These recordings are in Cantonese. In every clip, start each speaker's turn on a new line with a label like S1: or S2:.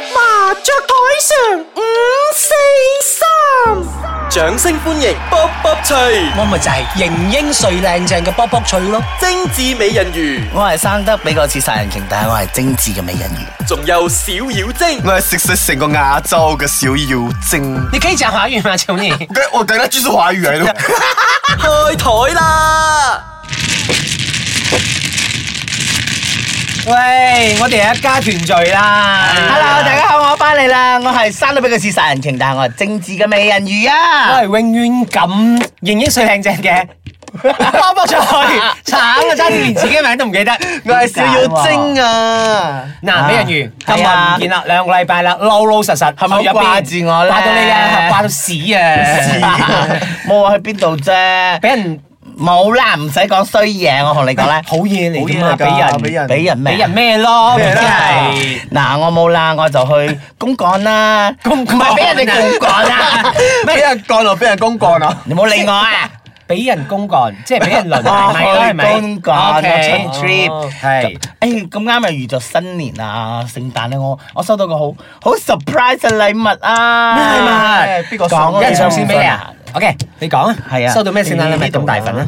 S1: 雀台上五四三，掌聲歡迎卜卜脆，
S2: 我咪就係型英帥靚正嘅卜卜脆咯，
S1: 精緻美人魚，
S2: 我係生得比較似殺人鯨，但係我係精緻嘅美人魚。
S1: 仲有小妖精。
S3: 我係食食成個亞洲嘅小妖精。
S2: 你可以講華語嗎，求你？
S3: 我我等下繼續華語嚟咯。
S1: 開台啦！
S2: 喂，我哋係一家團聚啦
S4: Hello，大家好，我翻嚟啦，我係生得比較似殺人鯨，但係我係精緻嘅美人魚
S2: 我
S4: 啊
S2: 係！永遠咁型英帥靚正 嘅卜卜脆，慘啊！差啲連自己名都唔記得。
S4: 我係小妖精啊！
S2: 嗱，美人魚，今
S4: 係
S2: 日
S3: à?
S4: 啊
S2: 唔見啦，兩個禮拜啦，老老實實，係
S4: 咪掛住我咧
S2: 掛到你啊，掛到屎啊！
S4: 冇話去邊度啫，
S2: 俾人
S4: 冇啦，唔使講衰嘢，我同你講啦，
S2: 好嘢嚟㗎
S3: 好
S2: 嘛，
S3: 嘢嚟㗎
S2: 俾人
S3: 俾人
S4: 俾人咩？
S2: 俾人咩咯？真
S4: 真
S2: 係
S4: 係。嗱，我冇啦，我就去 公幹啦，
S2: 公幹
S4: 唔係俾人哋公幹 啦，
S3: 俾人幹落，俾人公幹啊！
S4: 你冇理我啊！
S2: 俾人公幹，即係俾 人輪係咪啦？係咪？
S4: 公幹
S2: OK
S4: 我出 trip
S2: 係
S4: 誒咁啱又遇咗新年啊、聖誕咧，我我收到個好好 surprise 嘅禮物啊！
S2: 咩禮物
S4: 邊個
S2: 有
S4: 講
S2: 人上線俾你啊？OK，你講啊，
S3: à?
S4: 係啊
S2: 收到咩聖誕禮物咁大份啊？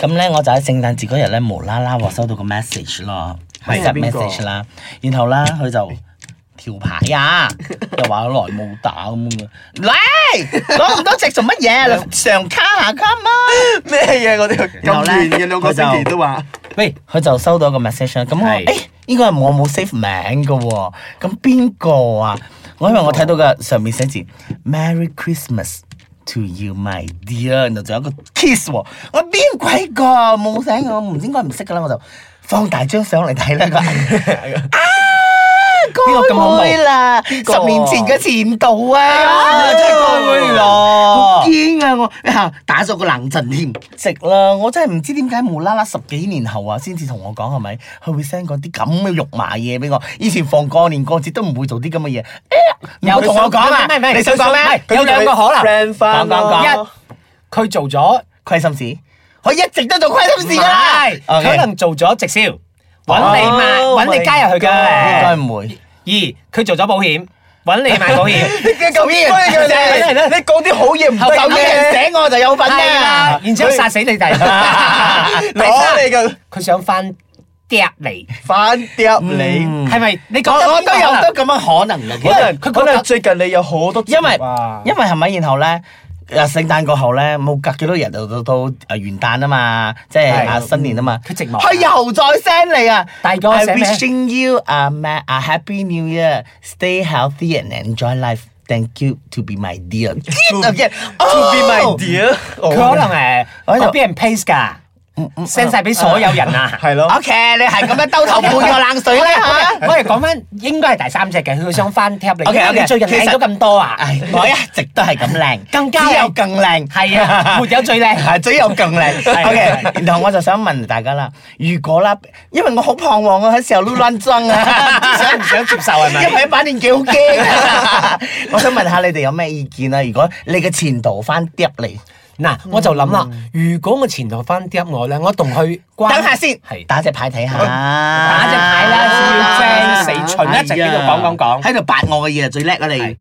S4: 咁咧，我就喺聖誕節嗰日咧，無啦啦我收到個 message 咯
S2: 係啊
S4: ，WhatsApp
S3: 邊個
S4: message 啦，然後啦佢就條牌 啊，又話好耐冇打咁嘅，嚟講咁多隻做乜嘢？ 上卡啊下卡嘛，
S3: 咩嘢？我哋咁
S4: 然後呢
S3: 亂嘅兩個星
S4: 我
S3: 期
S4: 就
S3: 都話。
S2: 喂，
S4: 佢就收到個 message 啦，咁我
S2: 係
S4: 誒應該係我冇 save 名嘅喎，咁邊個啊？我因為我睇到嘅上面寫住 Merry Christmas to you my dear，然後仲有一個 kiss 喎，我邊鬼個冇醒我唔應該唔識㗎啦，我就放大張相嚟睇啦 個。啊
S2: 個咁恐怖
S4: 該會啦，
S2: 個
S4: 十年前嘅前度啊
S2: 啊，真係開會咯！
S4: 驚啊！我啊打咗個冷震添，直啦！我真係唔知點解無啦啦十幾年後啊，先至同我講係咪？佢會 send 嗰啲咁嘅肉麻嘢俾我。以前放過年過節都唔會做啲咁嘅嘢。誒，唔好同我講啊！
S2: 唔係唔係
S4: 你想講咩？
S2: 有兩個可能，
S3: friend 翻
S4: 講講
S2: 一佢做咗，
S4: 虧心事，我一直都做虧心事㗎啦。
S2: 係
S4: OK
S2: 可能做咗直銷，揾你買，
S3: Oh
S2: 揾你
S3: my
S2: 加入佢嘅。
S4: 應該唔會。
S2: 二，佢做咗保險，揾你買保 險。
S4: 你咁
S2: 係啦
S3: 你講啲好嘢唔
S2: 後
S4: 有
S2: 面
S4: 人醒我就有份
S2: 係
S4: 啦
S2: 啦。然之後殺死你哋。 第
S3: 攞
S2: 三
S3: 你嘅
S2: 佢想翻嗒你，
S3: 反掉你。
S4: 嗯
S2: 係咪？你
S4: 我
S2: 講得
S4: 我都
S2: 邊個可能
S4: 有得咁樣可能嘅，其
S2: 可
S4: 實
S2: 能佢覺得
S3: 最近你有好多節
S4: 因為
S3: 目啊
S4: 因為係咪？然後咧，誒聖誕過後咧，冇隔幾多日就到到誒元旦啊嘛，即係
S2: 係
S4: 啊新年啊嘛。
S2: 佢寂寞
S4: 佢又再 send 你啊！
S2: 大哥
S4: I
S2: 寫咩
S4: wishing you a ma- a happy new year, stay healthy and enjoy life. Thank you to be my dear. Oh!
S3: To
S4: To
S3: be my dear，
S2: 佢可能誒
S4: 我喺度
S2: copy and paste 㗎，send 晒俾所有人 啊。
S3: 係咯。
S4: OK，你係咁樣兜頭半 個冷水咧嚇。
S2: 我哋講翻，應該係第三隻嘅，佢想翻 tap 你。
S4: OK，OK，
S2: 因為你最近靚咗咁多啊！
S4: 唉，我一直都係咁靚，
S2: 更加靚
S4: 只有更靚。
S2: 係啊，沒有最靚。
S4: 係，只有更靚。OK，然後我就想問大家啦，如果啦，因為我好彷徨啊，喺時候攣攣爭啊，唔知想唔想接受係咪？因為把年紀好 驚啊，我想問下你哋有咩意見啊？如果你嘅前度翻碟嚟，
S2: 嗱，
S4: 嗯
S2: 我就諗啦，如果我前度翻 tap 我咧，我同佢關
S4: 等下先，
S2: 係
S4: 打隻牌睇下，打
S2: 打隻牌啦，小妖精死蠢一直喺度講講講
S4: 喺度八我嘅嘢最叻啊你
S2: 係。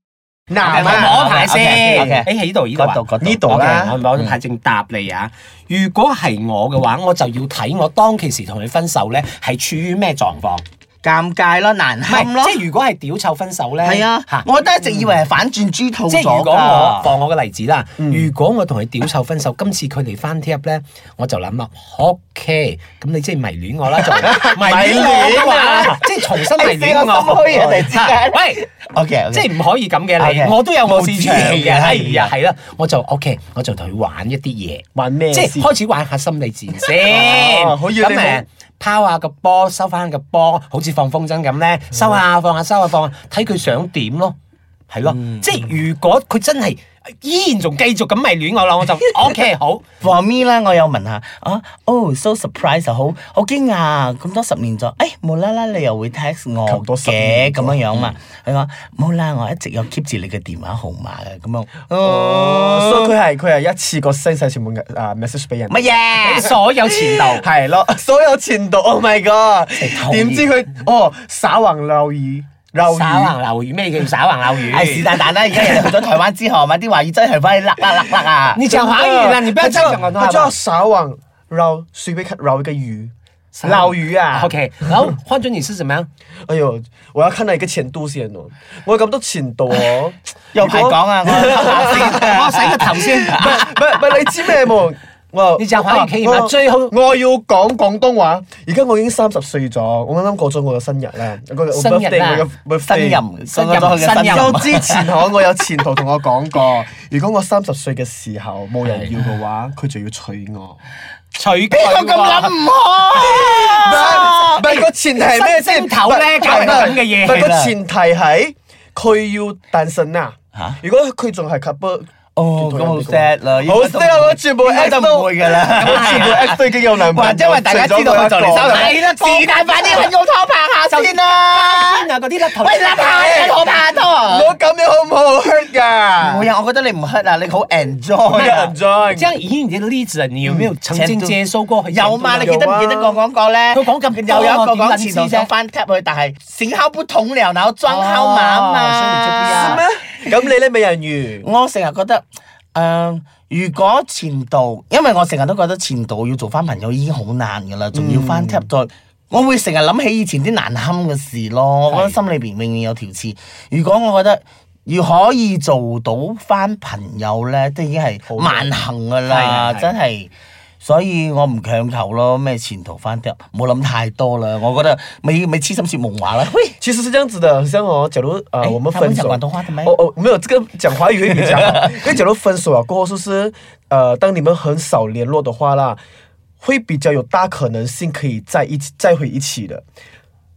S3: 嗱，
S2: 我摸牌先。
S4: OK，OK，OK
S2: 誒喺度呢度啊
S4: 嗰度嗰度嗯
S2: 呢度啦
S4: OK，
S2: 我摸牌正答你啊。如果係我嘅話，我就要睇我當其時同佢分手咧，係處於咩狀況？
S4: 尷尬咯，難
S2: 唔
S4: 堪咯
S2: 係，，即係如果係屌臭分手咧，
S4: 係啊
S2: 嚇，
S4: 我都一直以為係反轉豬肚
S2: 即
S4: 咗
S2: 係如果我
S4: 㗎。嗯
S2: 放我嘅例子啦，如果我同佢屌臭分手，今次佢哋翻 tap 咧，我就諗啦，OK，咁你即係迷戀我啦，就迷 戀我嘅話，即係重新迷戀
S4: 啊你笑我
S2: 我。
S4: 心虛啊突然之間
S2: 喂，
S4: OK，OK
S2: 即係唔可以咁嘅你，
S4: OK
S2: 我都有我市場
S4: 冇自己
S2: 嘅，
S4: 嘅
S2: 係啊，係啦，我就 OK，我就同佢玩一啲嘢。
S3: 玩咩
S2: 即
S3: 先？
S2: 係開始玩下心理戰先。
S3: 哦可以啊
S2: 咁
S3: 你
S2: 誒
S3: 好
S2: 拋下個波，收翻個波，好似放風箏咁咧，收下放下收下放下，睇佢想點咯，係咯。即係如果佢真係依然仲繼續咁迷戀我 啦，我就 OK 好。
S4: For me 咧，我有問下啊，oh so surprise 就好好驚訝，啊咁多十年咗，誒、哎無啦啦你又會 text 我
S3: 求多十
S4: 嘅
S3: 年
S4: 咁樣樣嘛？
S2: 嗯
S4: 佢講冇啦，我一直有 keep 住你嘅電話號碼嘅咁樣。
S3: 哦，
S4: 哦，
S3: 所以佢係佢係一次過 send 晒全部嘅啊 message 俾人。
S4: 乜 嘢？
S2: 所有前度
S3: 係咯，所有前度，Oh my god！
S4: 討厭
S3: 點知佢哦耍橫漏耳，漏
S2: 耍
S3: 雨。
S2: 橫流魚咩叫耍橫流魚？
S4: 唉，哎是但但啦，而家人哋去咗台灣之後，咪啊啲華語真係翻 去甩甩甩甩啊！
S2: 你講華語啦，你不要
S3: 他
S2: 再
S3: 叫
S2: 講廣東
S3: 他
S2: 話
S3: 叫
S2: 吧。
S3: 撒網撈，隨便看撈一個魚，
S2: 撒網
S3: 撈魚啊
S2: OK，然後換准你是怎麼樣？
S3: 哎呦，我要看下你嘅前度先喎，我有咁多前度喎，
S4: 有排講啊， 我
S2: 我洗個頭先。
S3: 唔係唔係唔係，你知咩冇？我啊
S2: 你就可以企業物
S3: 我
S2: 最好
S3: 我要講廣東話。而家我已經三十歲咗，我啱啱過咗我嘅生日啦，我嘅
S2: 生日啦
S3: birthday，我嘅 birthday
S4: 新任
S2: 啊新任
S4: 講咗佢嘅
S2: 新任啊
S3: 我之前可我有前途同我講過，如果我三十歲嘅時候冇人要嘅話，佢就要娶我。
S2: 取
S4: 邊個咁諗唔開？
S3: 唔係
S4: 啊
S3: 唔係個前提係咩
S2: 啊新
S3: 先？
S2: 正頭咧搞啲咁嘅嘢
S3: 唔係個前提係佢要單身啊
S4: 嚇！
S3: 如果佢仲係 couple，
S4: 哦，咁好 sad 啦，
S3: 好 sad 啊！我全部
S4: 應該
S3: X
S4: 都
S3: 都
S4: 唔會㗎啦
S3: 我全部 X 都已經有男朋友，
S4: 或者因為大家知道佢就嚟生日，是但快啲揾個拖拍下先啦。
S2: 嗱嗰啲甩頭，
S4: 喂，立下拖拍拖。
S3: 我咁樣好唔好 hurt
S4: 唔
S3: 㗎？
S4: 會啊，我覺得你唔 hurt 啊，你好
S3: 我
S4: enjoy 啊。
S3: enjoy。
S2: 這樣以你的例子，你有沒有曾經接收過？
S4: 有嘛？你記得唔記得我講過咧？
S2: 佢講咁
S4: 又有一個
S2: 多我
S4: 講
S2: 點
S4: 前
S2: 撚
S4: 度
S2: 知
S4: 想
S2: 啫
S4: 翻 tap 佢，但係醒敲不通了，然後裝敲馬啊
S2: 哦所以你知不知
S4: 嘛
S2: 啊。
S3: 咁你咧美人魚？
S4: 我成日覺得，誒、呃如果前度，因為我成日都覺得前度要做翻朋友已經好難噶啦，仲
S2: 嗯
S4: 要翻 tap 再，我會成日諗起以前啲難堪嘅事咯。我覺得心裏邊永遠有條刺。如果我覺得要可以做到翻朋友咧，都已經係萬幸噶啦，
S2: 係係係
S4: 真係。所以我唔強求咯，咩前途翻 tap，冇諗太多啦。我覺得咪咪痴心說夢話啦。喂，
S3: 其實是這樣子的，像哦，假如呃、
S4: 哎
S3: 我们
S4: 他们
S3: 分
S4: 讲
S3: 手，
S4: 广东话的吗
S3: 哦哦，没有，这个讲华语会比较好，因为假如分手了过后，是不是呃，当你们很少联络的话啦，会比较有大可能性可以在一起再回一起的，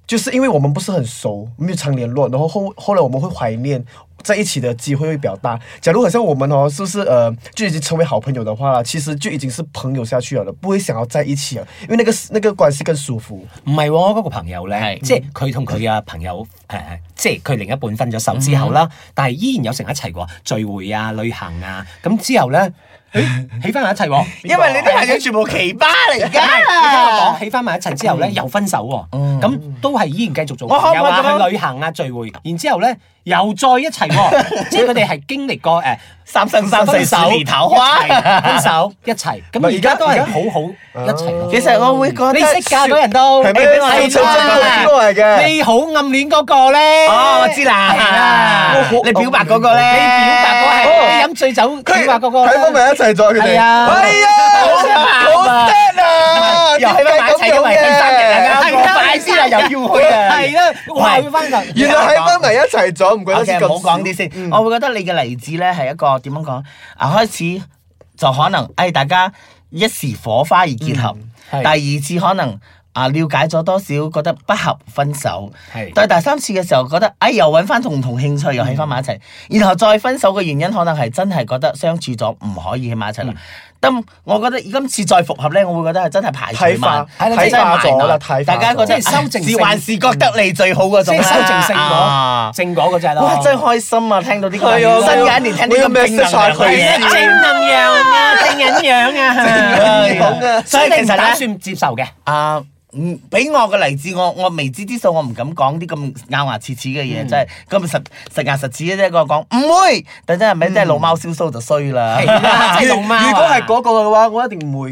S3: 就是因为我们不是很熟，没有常联络，然后后后来我们会怀念。在一起的机会会比较大。假如好像我们哦，是不是呃就已经成为好朋友的话啦，其实就已经是朋友下去了的，不会想要在一起了，因为那个那个关系更舒服。
S2: 唔係喎，我嗰個朋友咧
S4: 係，
S2: 即係佢同佢嘅朋友誒、呃即係佢另一半分咗手之後啦，但係依然有成一齊喎聚會啊、旅行啊，咁之後咧，誒起翻埋一齊喎。
S4: 因為你啲朋友全部奇葩嚟
S2: 唔係啊 你聽我
S4: 㗎
S2: 講，。起翻埋一齊之後咧，又分手喎，咁都係依然繼續做
S4: 我可唔可
S2: 朋
S4: 以
S2: 友啊，
S4: 咁樣
S2: 去旅行啊、聚會，然之後咧又再一齊喎，即係佢哋係經歷過誒
S4: 三生三世
S2: 分
S4: 十
S2: 手、
S4: 年桃花。
S2: 一齊分手一齊，咁
S3: 係
S2: 而家都
S3: 而
S2: 係
S3: 家
S2: 好好一齊咯。
S4: 其實我會覺得
S2: 你識嫁到人都
S3: 係咩
S2: 誒俾我
S3: 你
S2: 睇
S3: 真係
S2: 啦
S3: 邊個嚟嘅
S2: 你好暗戀嗰個咧？
S4: 哦，我知
S2: 係啦
S4: 啦，你表白嗰個
S2: 你
S4: 咧，
S2: 表白嗰個係你飲醉酒表
S4: 啊
S2: 白嗰個
S3: 喺埋一齊咗佢哋。
S2: 係啊
S3: 哎呀，好好 sad 啊！
S4: 又喺埋一齊，因為佢生日啊，
S2: 係
S4: 啱
S2: 啦
S4: 我快啲啦，又要去啊，
S2: 係啦，話佢翻嚟。
S3: 原來喺翻埋一齊咗，唔怪得
S4: OK，
S3: 先
S4: 啊
S3: 咁
S4: 唔好講啲先。
S2: 嗯
S4: 我會覺得你嘅例子咧係一個點樣講啊？開始就可能誒、哎大家一時火花而結合，
S2: 嗯係
S4: 第二次可能啊了解咗多少，覺得不合分手
S2: 係。
S4: 但係第三次嘅時候覺得誒、哎又揾翻同唔同興趣，又喺翻埋一齊，
S2: 嗯
S4: 然後再分手嘅原因可能係真係覺得相處咗唔可以喺埋一齊
S2: 嗯
S4: 啦。咁、我覺得今次再復合咧，我會覺得係真係排除萬，
S3: 睇化
S4: 係真係埋
S3: 睇化咗啦
S4: 眼
S3: 睇化咗
S4: 大家覺得
S2: 即係修正
S4: 哎
S2: 性
S4: 是還是覺得你最好嗰
S2: 即
S4: 種
S2: 係
S4: 啦
S2: 修正性
S4: 啊
S2: 果，正果嗰只咯。
S4: 哇！真係開心啊，聽到啲
S3: 係啊
S4: 新嘅一年聽啲咁正能
S3: 我要
S4: 量嘅
S3: message 下
S4: 嘢
S3: 佢。
S2: 正能量啊，正能量啊，
S4: 正能量啊
S2: 所以其實打
S4: 所以
S2: 算接受嘅。
S4: 啊，嗯，俾我嘅例子，我我未知之數，我唔敢講啲咁咬牙切齒嘅
S2: 嗯
S4: 嘢，真係咁實實牙實齒嘅啫。我講唔會，但真係咪真係老貓燒鬚就衰啦。
S2: 係 啦，即係龍貓啊。
S3: 如果係嗰個嘅話，我一定唔會。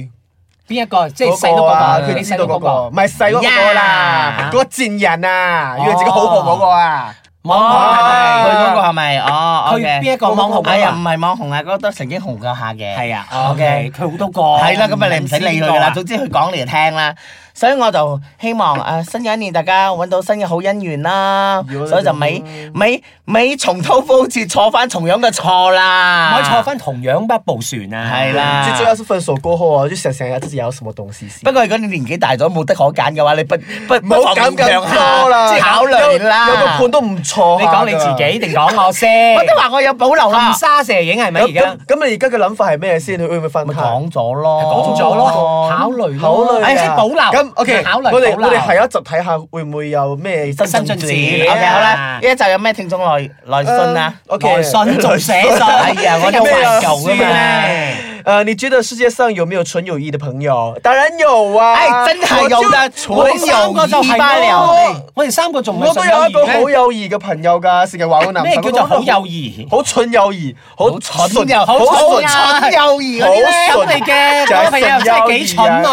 S2: 邊一個？即係
S3: 嗰
S2: 細
S3: 個啊，
S2: 到嗰個，
S3: 佢
S2: 你
S3: 知
S2: 細
S3: 道
S2: 到
S3: 嗰
S2: 嗰
S3: 個，
S2: 個
S3: 唔。係細嗰個啦，嗰個賤人啊，以為自己好過嗰個啊。
S2: 網
S4: 哦，
S2: 紅係咪
S4: 佢嗰
S2: 佢嗰
S4: 個
S2: 個
S4: 係咪？哦，
S2: 佢邊一個網紅啊
S4: 哎呀，唔係網紅啊，嗰個都曾經紅過下嘅。
S2: 係啊，OK，佢好多個。
S4: 係啦，咁啊你唔使理佢噶啦，總之佢講你就聽啦。所以我就希望誒、呃新嘅一年大家揾到新嘅好姻緣啦，
S3: 如果
S4: 所以就咪咪咪重蹈覆轍，坐翻同樣嘅錯
S2: 唔
S4: 啦。
S2: 可以坐。翻同樣一部船啊。
S4: 係啦
S3: 最主要是分手過後啊，就想想下自己要什麼東西先。
S4: 不過如果你年紀大咗冇得可揀嘅話，你不不
S3: 唔好揀咁多啦，
S4: 即係考慮啦。
S3: 有個伴都唔錯。
S2: 你講你自己定講我先？
S4: 我都話我有保留啦
S2: 含。沙射影係咪而
S3: 咁
S2: 家
S3: 咁？咁你而家嘅諗法係咩先？你會唔會分
S4: 咪
S3: 開？
S4: 講咗咯，
S2: 講咗咯，考慮
S3: 考
S2: 咯
S3: 慮啊
S2: 哎即係保留。
S3: 咁 à. OK，
S2: 考慮
S3: 我哋
S2: 保留
S3: 我哋係一集睇下會唔會有咩新
S2: 新
S3: 進
S2: 進
S3: 展
S2: 展。
S4: OK Dạ, 好啦，呢一集有咩聽眾來來信啊？
S3: OK，
S2: 來信仲寫信，
S4: 哎呀，我哋好
S2: 咩
S4: 懷
S2: 啊
S4: 舊噶
S2: 書
S4: 嘛
S2: 咧。
S3: 呃，你觉得世界上有没有纯友谊的朋友？当然有啊，
S4: 哎真的有的
S3: 我就
S4: 我
S3: 我
S4: 哋三個就係咯
S2: 我哋三個仲唔
S3: 我
S2: 係
S3: 都
S2: 純
S3: 有一
S2: 友
S3: 個
S2: 誼咩
S3: 好友誼嘅朋友㗎，成日玩我男嗯
S2: 咩
S3: 神。
S2: 叫做好友誼？
S3: 好蠢友誼，好
S4: 蠢友
S3: 好
S4: 好
S3: 蠢
S4: 蠢友誼嗰啲咧
S3: 好蠢
S2: 咁嚟嘅，
S3: 就係
S2: 我朋友真係幾蠢
S3: 純友誼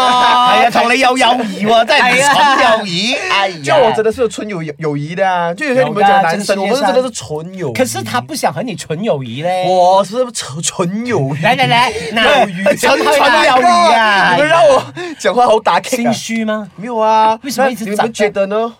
S2: 啊！
S4: 係啊，同你有友誼喎，真係
S2: 係啊
S4: 蠢友誼。哎呀
S3: 就我真的是有纯友友谊的啊，就有些你们讲男生，我
S2: 有的
S3: 们
S2: 真
S3: 是真
S2: 的
S3: 的是纯友谊。
S2: 可是他不想和你純友誼咧。
S3: 我是纯纯友谊，
S2: 嚟嚟嚟，嗱，
S4: 友 誼
S2: 蠢去
S4: 蠢
S2: 啦
S4: 友誼啊
S3: 你们让我讲话好打 kick
S2: 心
S3: 啊！
S2: 虛嗎？
S3: 没有啊，
S2: 为什么
S3: 那
S2: 一直
S3: 你
S2: 长
S3: 们觉得呢？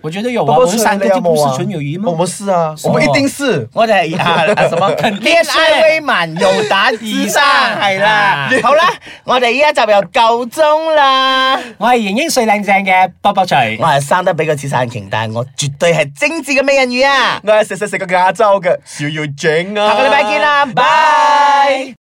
S2: 我覺得有
S3: 包
S2: 啊，
S3: 括
S2: 我們三
S3: 纯
S2: 個就
S3: 友
S2: 不
S3: 谊啊
S2: 是純友誼
S3: 我
S2: 嗎？
S3: 们是啊，
S2: 什
S3: 我
S2: 么
S3: 们一定是。
S4: 我哋係啊 啊什麼
S2: 定
S4: 戀
S2: 是
S4: 愛未文又打自生係啦
S2: 啊，
S4: 好啦，我哋依一集又夠鐘啦。
S2: 我係型英帥靚正嘅卜卜錘
S4: 我，係生得比個似散瓊，但係我絕對係精緻嘅美人魚啊！
S3: 我系食食食个亚洲嘅，小要整啊！
S4: 下個禮拜見啦，拜。